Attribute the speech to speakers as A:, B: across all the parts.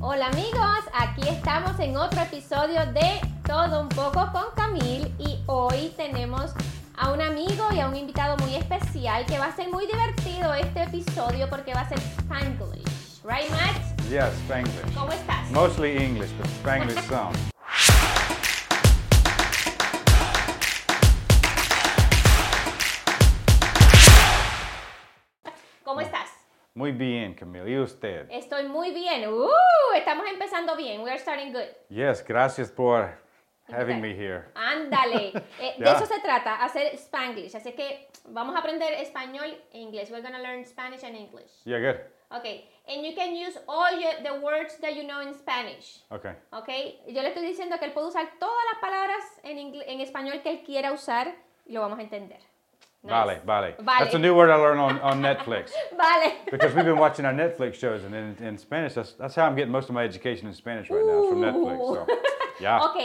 A: Hola amigos, aquí estamos en otro episodio de Todo un poco con Camil y hoy tenemos a un amigo y a un invitado muy especial que va a ser muy divertido este episodio porque va a ser Spanglish, right Matt?
B: Yes, Spanglish.
A: ¿Cómo estás?
B: Mostly English, but Spanglish some.
A: ¿Cómo estás?
B: Muy bien, Camille. ¿Y usted?
A: Estoy muy bien. Uh, estamos empezando bien. We are starting good.
B: Yes, gracias por having me here.
A: Ándale. Eh, De
B: Ya.
A: eso se trata, hacer Spanglish. Así que vamos a aprender español e inglés. We're going to learn Spanish and English.
B: Yeah, good.
A: Okay. And you can use all your- the words that you know in Spanish.
B: Okay.
A: ¿ok? Yo le estoy diciendo que él puede usar todas las palabras en, ingle- en español que él quiera usar y lo vamos a entender. Nice.
B: Vale, vale. That's a
A: Vale.
B: new word I learned on, on Netflix.
A: Vale.
B: Because we've been watching our Netflix shows, and in, in Spanish, that's, that's how I'm getting most of my education in Spanish right now, from Netflix. So, yeah.
A: Ok,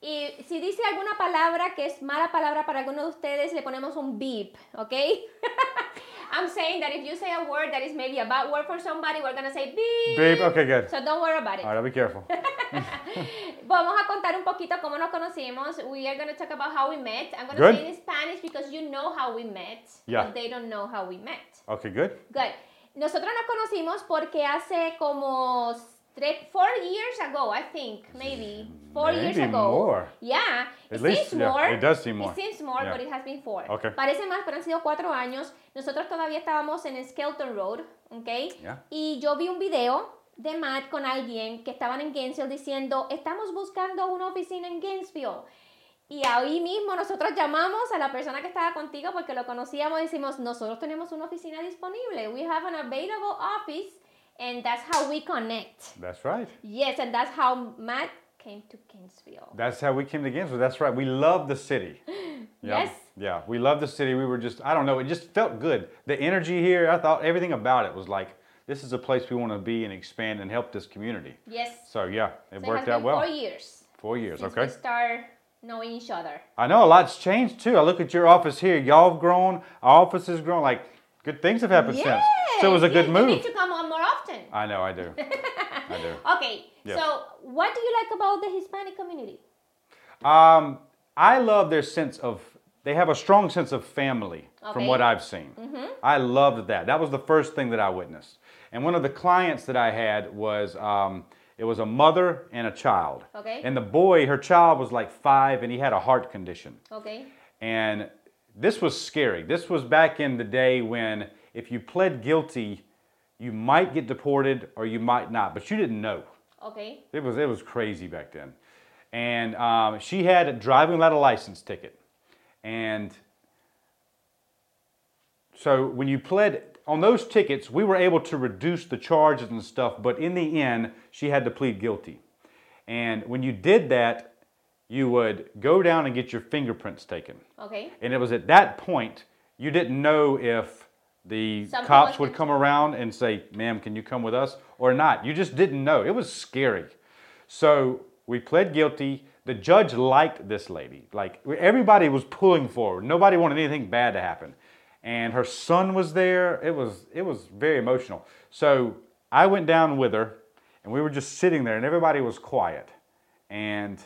A: y si dice alguna palabra que es mala palabra para alguno de ustedes, le ponemos un beep, ¿ok? I'm saying that if you say a word that is maybe a bad word for somebody, we're gonna say beep.
B: Beep, okay, good.
A: So don't worry about it.
B: All right, I'll be careful.
A: Vamos a contar un poquito cómo nos conocimos. We are going to talk about how we met. I'm going to
B: Good.
A: say it in Spanish because you know how we met,
B: Yeah.
A: but they don't know how we met.
B: Okay, good.
A: Good. Nosotros nos conocimos porque hace como tres, four years ago, I think, maybe. Four years
B: Maybe
A: ago.
B: more.
A: Yeah.
B: At
A: it
B: least,
A: seems
B: yeah,
A: more.
B: it does seem more.
A: It seems more,
B: Yeah.
A: but it has been four.
B: Okay.
A: Parece más, pero han sido cuatro años. Nosotros todavía estábamos en Skelton Road, ¿ok?
B: Yeah.
A: Y yo vi un video de Matt con alguien que estaban en Gainesville diciendo, estamos buscando una oficina en Gainesville. Y ahí mismo nosotros llamamos a la persona que estaba contigo porque lo conocíamos y decimos, nosotros tenemos una oficina disponible. We have an available office and that's how we connect.
B: That's right.
A: Yes, and that's how Matt came to Gainesville.
B: That's how we came to Gainesville. That's right. We love the city. Yeah.
A: Yes.
B: Yeah. We love the city. We were just, I don't know, it just felt good. The energy here, I thought everything about it was like, this is a place we want to be and expand and help this community.
A: Yes.
B: So, yeah, it
A: So it has
B: worked out
A: been
B: well.
A: Four years.
B: Four years,
A: Since
B: okay.
A: we start knowing each other.
B: I know a lot's changed too. I look at your office here. Y'all have grown, our office has grown. Like, good things have happened since. So, it was a
A: Yes,
B: good
A: you
B: move.
A: need to come on more often.
B: I know, I do. I do.
A: Okay,
B: Yes.
A: so what do you like about the Hispanic community?
B: Um, I love their sense of. They have a strong sense of family
A: Okay. Mm-hmm.
B: from what I've seen. I loved that. That was the first thing that I witnessed. And one of the clients that I had was um, it was a mother and a child.
A: Okay.
B: And the boy, her child was like five, and he had a heart condition.
A: Okay.
B: And this was scary. This was back in the day when if you pled guilty, you might get deported or you might not, but you didn't know.
A: Okay.
B: It was it was crazy back then, and um, she had a driving without a license ticket, and so when you pled on those tickets, we were able to reduce the charges and stuff. But in the end, she had to plead guilty, and when you did that, you would go down and get your fingerprints taken,
A: Okay.
B: and it was at that point you didn't know if the
A: Something
B: cops
A: was gonna-
B: would come around and say, ma'am, can you come with us or not? You just didn't know. It was scary. So we pled guilty. The judge liked this lady. Like everybody was pulling forward. Nobody wanted anything bad to happen. And her son was there. It was it was very emotional. So I went down with her and we were just sitting there and everybody was quiet. And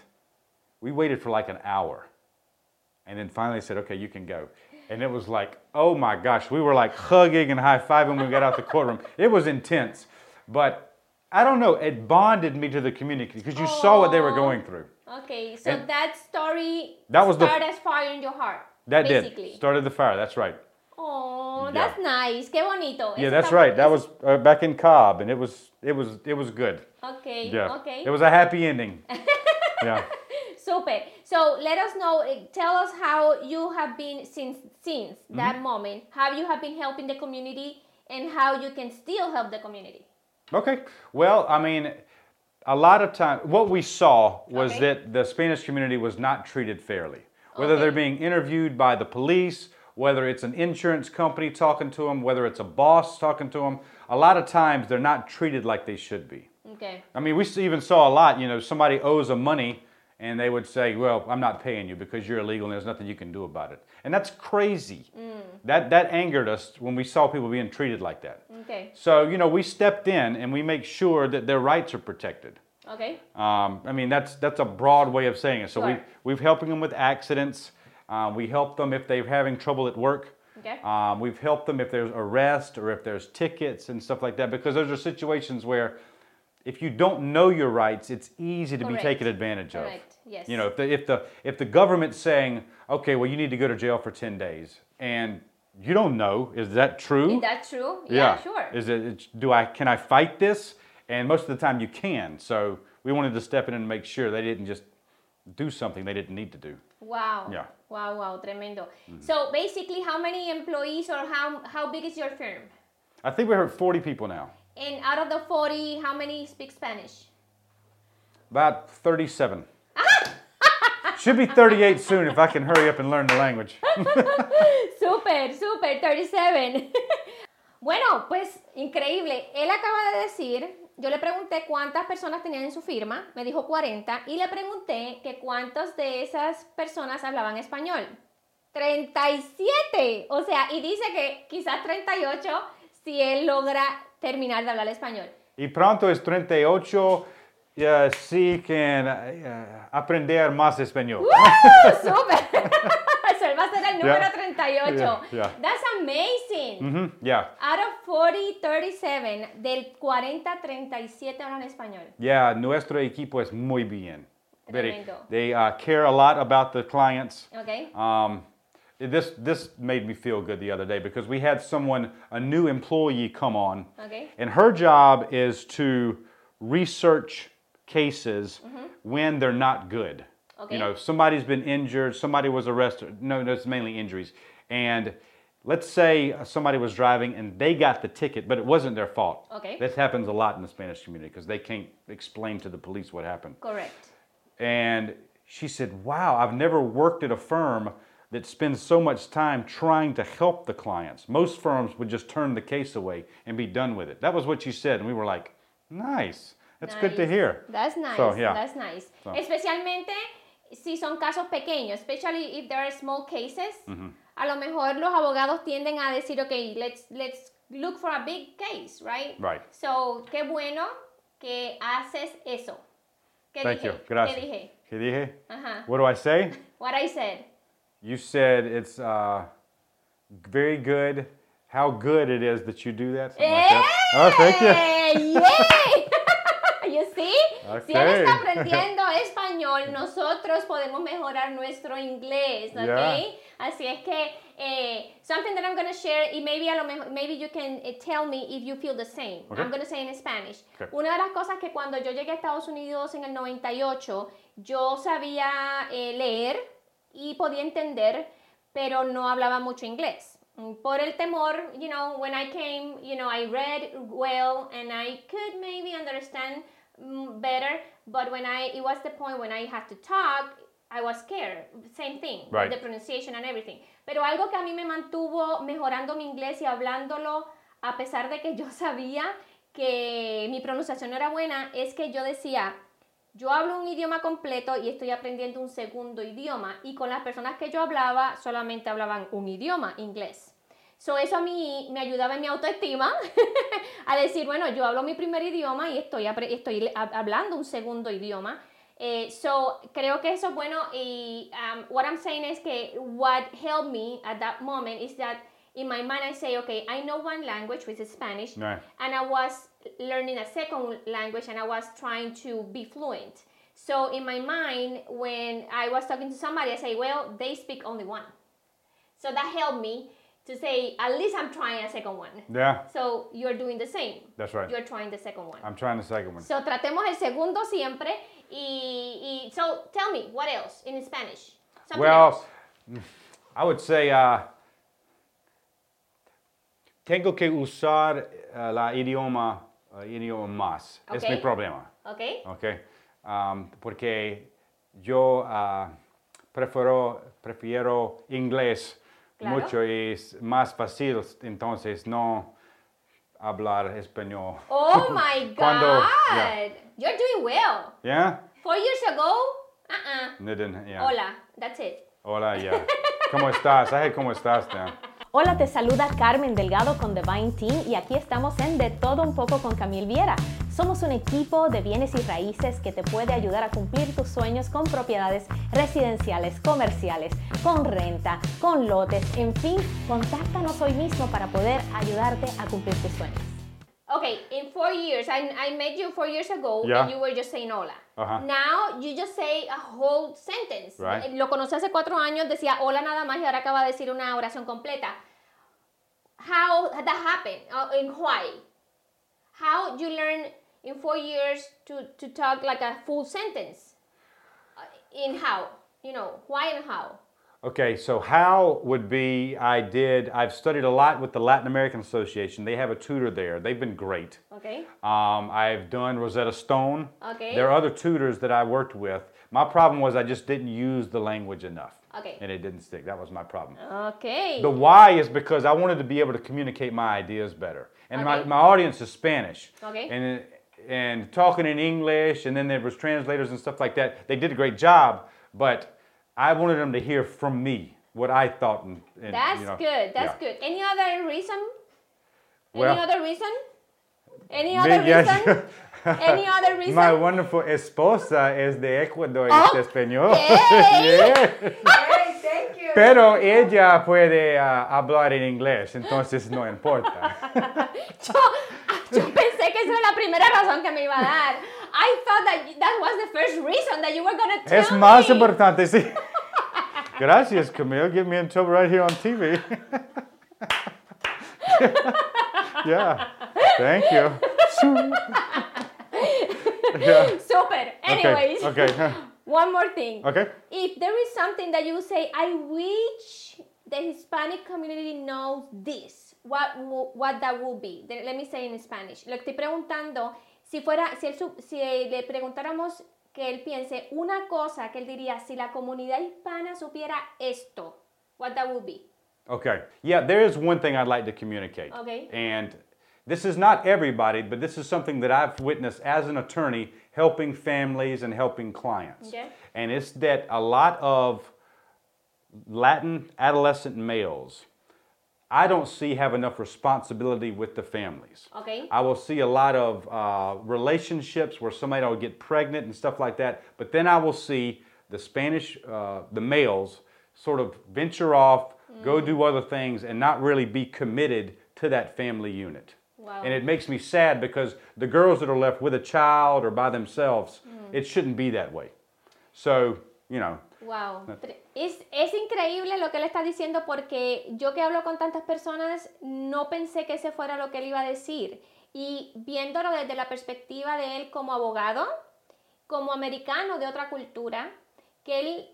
B: we waited for like an hour. And then finally said, okay, you can go. And it was like, oh my gosh, we were like hugging and high fiving when we got out the courtroom. It was intense. But I don't know, it bonded me to the community because you saw what they were
A: Aw.
B: going through.
A: Okay. So
B: And-
A: that story
B: That was the-
A: started as fire in your heart.
B: That
A: basically.
B: did. Started the fire, that's right.
A: Oh,
B: Yeah.
A: that's nice. Qué bonito.
B: Yeah,
A: Eso
B: that's
A: está-
B: right. That was uh, back in Cobb and it was it was it was good.
A: Okay.
B: Yeah.
A: Okay.
B: It was a happy ending. yeah.
A: Super. So let us know. eh, Tell us how you have been since since
B: Mm-hmm.
A: that moment. How you have been helping the community and how you can still help the community.
B: Okay. Well, I mean, a lot of time, what we saw was
A: Okay.
B: that the Spanish community was not treated fairly. Whether
A: Okay.
B: they're being interviewed by the police, whether it's an insurance company talking to them, whether it's a boss talking to them, a lot of times they're not treated like they should be.
A: Okay.
B: I mean, we s- even saw a lot, you know, somebody owes them money and
A: Mm.
B: they would say, Well, I'm not paying you because you're illegal and there's nothing you can do about it. And that's crazy. That that angered us when we saw people being treated like that.
A: Okay.
B: So you know, we stepped in and we make sure that their rights are protected.
A: Okay.
B: Um, I mean, that's that's a broad way of saying it. So we
A: Sure.
B: we've helping them with accidents. Uh, we help them if they're having trouble at work.
A: Okay.
B: Um, we've helped them if there's arrest or if there's tickets and stuff like that because those are situations where if you don't know your rights, it's easy to
A: Correct.
B: be taken advantage of.
A: Correct. Yes.
B: You know, if the if the if the government's saying, okay, well, you need to go to jail for ten days, and you don't know, is that true?
A: Is that true?
B: yeah,
A: sure.
B: Is it? it's- Do I? Can I fight this? And most of the time, you can. So we wanted to step in and make sure they didn't just do something they didn't need to do.
A: wow.
B: Yeah. Mm-hmm.
A: Wow, wow, tremendo. So basically how many employees or how how big is your firm?
B: I think we're at 40 people now,
A: And out of the 40, how many speak Spanish?
B: about 37. Should be 38 soon if I can hurry up and learn the language.
A: Super, super, 37. bueno, pues increíble. Él acaba de decir, yo le pregunté cuántas personas tenían en su firma, me dijo 40, y le pregunté que cuántas de esas personas hablaban español. 37, o sea, y dice que quizás 38 si él logra terminar de hablar español.
B: Y pronto es 38. Y así que eh, aprender más español.
A: ¡Woo! ¡Súper! Eso él va a ser el número
B: Yeah.
A: 38.
B: Yeah, yeah.
A: That's amazing.
B: Mhm, yeah.
A: Out of 40, 37, del 40, 37 hablan español.
B: Yeah, nuestro equipo es muy bien. Very,
A: Tremendo.
B: they uh, care a lot about the clients.
A: ¿Ok?
B: Um, this this made me feel good the other day because we had someone, a new employee, come on,
A: Okay.
B: and her job is to research cases when they're not good.
A: Mm-hmm. Okay.
B: You know, somebody's been injured, somebody was arrested. No, no, it's mainly injuries. And let's say somebody was driving and they got the ticket, but it wasn't their fault.
A: Okay.
B: This happens a lot in the Spanish community because they can't explain to the police what happened.
A: Correct.
B: And she said, Wow, I've never worked at a firm that spends so much time trying to help the clients. Most firms would just turn the case away and be done with it. That was what she said. And we were like, Nice. That's good to
A: Nice.
B: hear.
A: That's nice.
B: So, yeah.
A: That's nice. Especialmente si son casos pequeños, especially if there are small cases.
B: Mm-hmm.
A: A lo mejor los abogados tienden a decir, okay, let's let's look for a big case, right?
B: Right.
A: So, qué bueno que haces eso. ¿Qué
B: Thank
A: dije?
B: you. Gracias.
A: ¿Qué dije?
B: ¿Qué dije?
A: Ajá.
B: What do I say?
A: What I said.
B: You said it's uh, very good. How good it is that you do that. Something like
A: ¡Eh!
B: that. Oh, thank you.
A: ¡Ey! ¡Yay! You see? Si él está
B: Ok.
A: aprendiendo español, nosotros podemos mejorar nuestro inglés, ¿ok?
B: Yeah.
A: Así es que eh, something that I'm going to share y maybe a lo mejor maybe you can eh, tell me if you feel the same.
B: Ok.
A: I'm going to say in Spanish.
B: Ok.
A: Una de las cosas que cuando yo llegué a Estados Unidos en el 98, yo sabía eh, leer y podía entender, pero no hablaba mucho inglés. Mm, Por el temor, you know, when I came, you know, I read well and I could maybe understand mm, better, but when I, it was the point when I had to talk, I was scared. Same thing, with
B: Right.
A: the pronunciation and everything. Pero algo que a mí me mantuvo mejorando mi inglés y hablándolo, a pesar de que yo sabía que mi pronunciación no era buena, es que yo decía, yo hablo un idioma completo y estoy aprendiendo un segundo idioma. Y con las personas que yo hablaba, solamente hablaban un idioma, inglés. So, eso a mí me ayudaba en mi autoestima a decir, bueno, yo hablo mi primer idioma y estoy, apre- estoy hab- hablando un segundo idioma. Eh, so, creo que eso es bueno y um, what I'm saying es que what helped me at that moment is that in my mind I say, okay, I know one language, which is Spanish,
B: Right.
A: and I was learning a second language and I was trying to be fluent. So in my mind, when I was talking to somebody, I say, well, they speak only one. So that helped me to say, at least I'm trying a second one.
B: Yeah,
A: So you're doing the same.
B: that's right.
A: You're trying the second one.
B: I'm trying the second one.
A: So tratemos el segundo siempre. Y, y- so tell me, what else in Spanish? Something else.
B: Well, I would say uh, tengo que usar uh, la idioma uh, idioma más. Es mi
A: Okay.
B: problema,
A: Okay.
B: okay? Um, porque yo uh, prefiero prefiero inglés
A: Claro.
B: mucho y es más fácil, entonces no hablar español.
A: Oh my God.
B: Cuando- yeah.
A: You're doing well.
B: Yeah?
A: Four years ago, uh-uh.
B: No, didn't- yeah.
A: Hola, that's it.
B: Hola, yeah. ¿Cómo estás? I had ¿cómo estás now.
A: Hola, te saluda Carmen Delgado con Divine Team y aquí estamos en De Todo Un Poco con Camil Viera. Somos un equipo de bienes y raíces que te puede ayudar a cumplir tus sueños con propiedades residenciales, comerciales, con renta, con lotes, en fin, contáctanos hoy mismo para poder ayudarte a cumplir tus sueños. Okay, in four years, I, I met you four years ago
B: Yeah.
A: and you were just saying hola.
B: Ajá.
A: Now you just say a whole sentence. Eh,
B: Right.
A: Lo conocí hace cuatro años, decía hola nada más y ahora acaba de decir una oración completa. How that happened uh, and why? How you learn in four years to, to talk like a full sentence? Uh, In how? You know, why and how?
B: Okay, so how would be I did, I've studied a lot with the Latin American Association. They have a tutor there, they've been great.
A: Okay.
B: Um, I've done Rosetta Stone.
A: Okay.
B: There are other tutors that I worked with. My problem was I just didn't use the language enough.
A: Okay.
B: And it didn't stick. That was my problem.
A: Okay.
B: The why is because I wanted to be able to communicate my ideas better. And my,
A: Okay.
B: my audience is Spanish.
A: Okay.
B: And, and talking in English, and then there was translators and stuff like that. They did a great job, but I wanted them to hear from me what I thought. And, and,
A: That's
B: you know,
A: good. That's
B: yeah.
A: good. Any other reason?
B: Well-
A: Any other reason? Any
B: Me-
A: other
B: yes.
A: reason? Any other reason?
B: My wonderful esposa es de Ecuador y
A: Oh,
B: es español.
A: yay!
B: Yeah.
C: Hey, thank you.
B: Pero ella puede ah, hablar en inglés, entonces no importa.
A: yo, yo pensé que esa era la primera razón que me iba a dar. I thought that that was the first reason that you were gonna tell
B: es más
A: me.
B: importante, sí. Gracias, Camille. Get me in trouble right here on TV. yeah. Thank you. yeah.
A: Super. Anyways,
B: Okay. Okay.
A: one more thing.
B: Okay.
A: If there is something that you say, I wish the Hispanic community knows this, what, wo- what that would be. Then Let me say in Spanish. Lo estoy preguntando, si, fuera, si, él su- si eh, le preguntáramos que él piense una cosa que él diría, si la comunidad hispana supiera esto, what that would be.
B: Okay. Yeah, there is one thing I'd like to communicate.
A: Okay.
B: And this is not everybody, but this is something that I've witnessed as an attorney helping families and helping clients.
A: Okay.
B: And it's that a lot of Latin adolescent males I don't see have enough responsibility with the families.
A: Okay.
B: I will see a lot of uh, relationships where somebody will get pregnant and stuff like that. But then I will see the Spanish, uh, the males, sort of venture off, go do other things, and not really be committed to that family unit.
A: Wow.
B: And it makes me sad because the girls that are left with a child or by themselves, it shouldn't be that way. So, you know,
A: Wow, Tre- es, es increíble lo que él está diciendo porque yo que hablo con tantas personas no pensé que ese fuera lo que él iba a decir. Y viéndolo desde la perspectiva de él como abogado, como americano de otra cultura, que él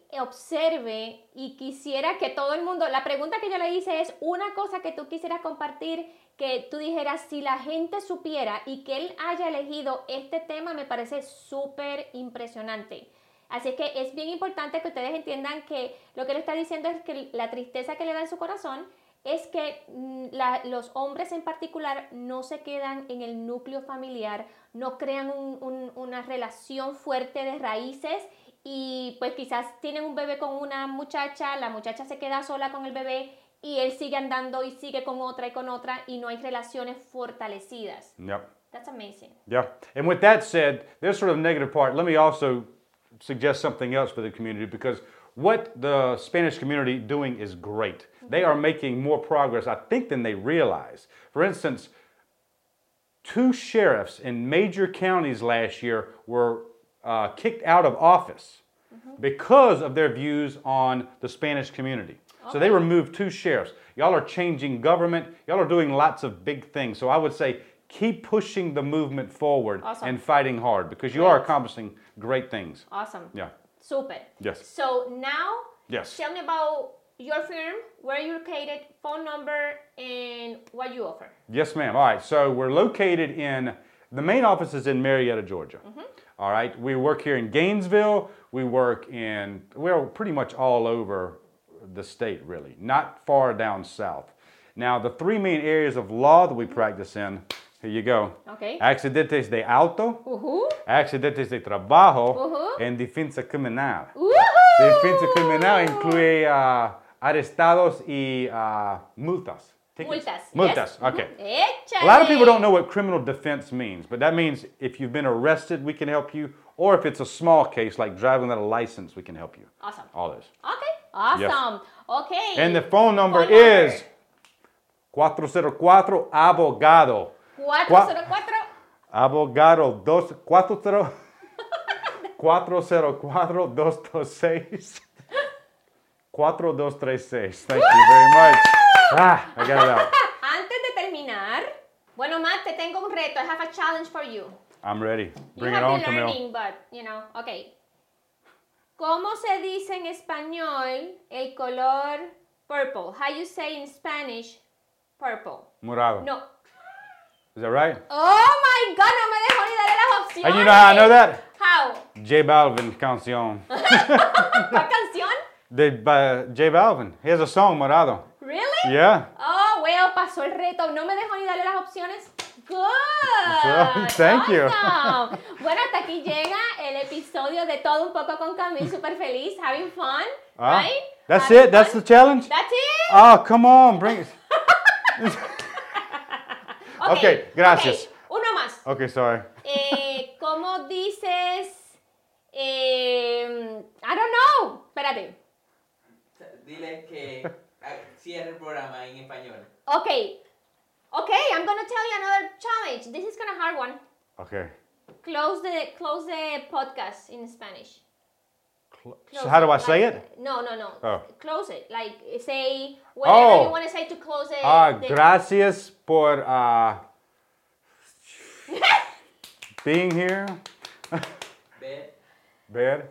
A: observe y quisiera que todo el mundo, la pregunta que yo le hice es una cosa que tú quisieras compartir, que tú dijeras, si la gente supiera y que él haya elegido este tema, me parece súper impresionante. Así es que es bien importante que ustedes entiendan que lo que él está diciendo es que la tristeza que le da en su corazón es que mm, la- los hombres en particular no se quedan en el núcleo familiar, no crean un- un- una relación fuerte de raíces y pues quizás tienen un bebé con una muchacha, la muchacha se queda sola con el bebé y él sigue andando y sigue con otra y con otra y no hay relaciones fortalecidas.
B: yep.
A: That's amazing.
B: Yeah. And with that said, there's sort of negative part. Let me also suggest something else for the community because what the Spanish community doing is great. They are making more progress, I think, than they realize. For instance, two sheriffs in major counties last year were uh, kicked out of office because of their views on the Spanish community. So they removed two sheriffs. Y'all are changing government. Y'all are doing lots of big things. So I would say keep pushing the movement forward
A: Awesome.
B: and fighting hard because you are accomplishing great things.
A: Awesome.
B: Yeah.
A: Super.
B: Yes.
A: So now,
B: Yes.
A: tell me about your firm, where you're located, phone number, and what you offer.
B: Yes, ma'am. All right. So we're located in the main office is in Marietta, Georgia.
A: Mm-hmm.
B: All right. We work here in Gainesville. We work in we're pretty much all over the state, really. Not far down south. Now, the three main areas of law that we practice in. Here you go.
A: Mm-hmm. Okay.
B: Accidentes de auto,
A: Woohoo!
B: accidentes de trabajo,
A: Ujú.
B: and defensa criminal.
A: Woohoo!
B: Defensa criminal incluye ah, arrestados y ah, multas. Tickets?
A: Multas. yes.
B: Multas, okay.
A: Mhm. Échale.
B: A lot of people don't know what criminal defense means, but that means if you've been arrested, we can help you, or if it's a small case like driving without a license, we can help you.
A: Awesome.
B: All those.
A: Okay. Awesome. Okay.
B: And the phone number
A: Phone number.
B: is 404 Abogado.
A: 404.
B: Abogado dos- 40 404 226 4236. Thank you very much. Ah, I got it out.
A: Antes de terminar, bueno, Matt, te tengo un reto. I have a challenge for you.
B: I'm ready. Bring
A: you
B: it
A: have
B: on,
A: been
B: Camille.
A: learning, but, you know, okay. ¿Cómo se dice en español el color purple? How you say in Spanish purple?
B: Murado.
A: No.
B: Is that right?
A: Oh my God, no me dejó ni darle las opciones.
B: And you know how I know that?
A: How?
B: J Balvin canción.
A: ¿Cuál canción?
B: The, by J Balvin. He has a song, Morado.
A: Really?
B: Yeah.
A: Oh, well, pasó el reto. No me dejó ni darle las opciones. Good.
B: So, thank you.
A: Awesome. Bueno, hasta aquí llega el episodio de Todo un poco con Camille. Super feliz. Having fun.
B: Ah,
A: right?
B: That's
A: Having
B: it? That's the
A: fun.
B: challenge?
A: That's it.
B: Oh, come on. Bring it. okay, gracias.
A: ok, Uno más.
B: Okay, sorry.
A: Eh, ¿Cómo dices? Eh, I don't know. Espérate.
C: Dile que ah, cierre el programa en español.
A: Okay. Okay, I'm gonna tell you another challenge. This is gonna hard one.
B: Okay.
A: Close the close the podcast in Spanish.
B: Cl-
A: Close
B: So how do I say
A: like-
B: it?
A: No, no, no.
B: Oh.
A: Close it. Like say whatever
B: Oh.
A: you want to say to close it.
B: Ah, gracias por uh, being here.
C: Ve,
B: Bed.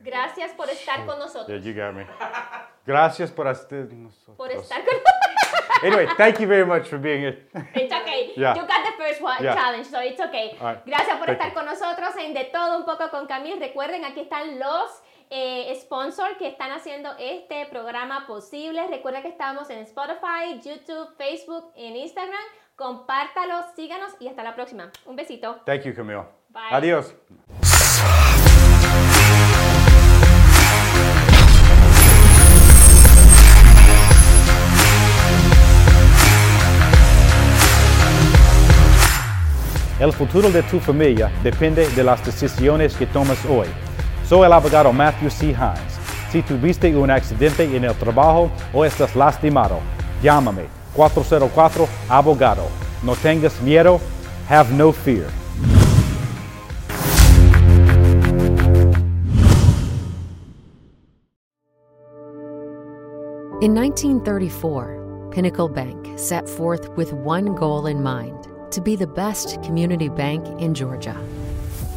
A: Gracias por estar con
B: Yeah,
A: nosotros.
B: you got me. Gracias por estar.
A: Por estar con
B: Anyway, thank you very much for being here.
A: It's okay.
B: Yeah.
A: You got the first one
B: Yeah.
A: challenge, so it's okay.
B: All right.
A: Gracias por
B: Thank
A: estar
B: you.
A: con nosotros en De Todo Un Poco con Camille. Recuerden, aquí están los eh, sponsors que están haciendo este programa posible. Recuerden que estamos en Spotify, YouTube, Facebook, en Instagram. Compártalo, síganos y hasta la próxima. Un besito.
B: Thank you, Camille.
A: Bye.
B: Adios. El futuro de tu familia depende de las decisiones que tomas hoy. Soy el abogado Matthew C. Hines. Si tuviste un accidente en el trabajo o estás lastimado, llámame 404 Abogado. No tengas miedo, have no fear.
D: In 1934, Pinnacle Bank set forth with one goal in mind to be the best community bank in Georgia.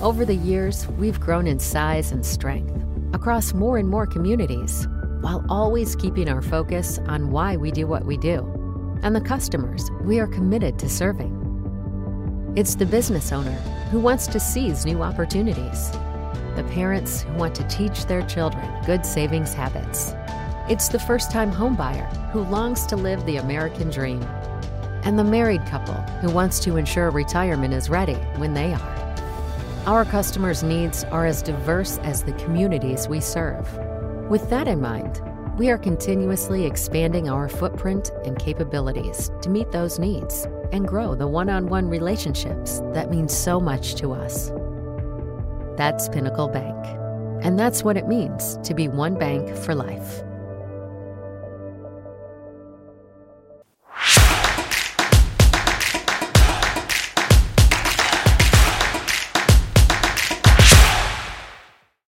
D: Over the years, we've grown in size and strength across more and more communities while always keeping our focus on why we do what we do and the customers we are committed to serving. It's the business owner who wants to seize new opportunities, the parents who want to teach their children good savings habits. It's the first time homebuyer who longs to live the American dream, and the married couple who wants to ensure retirement is ready when they are. Our customers' needs are as diverse as the communities we serve. With that in mind, we are continuously expanding our footprint and capabilities to meet those needs and grow the one on one relationships that mean so much to us. That's Pinnacle Bank. And that's what it means to be one bank for life.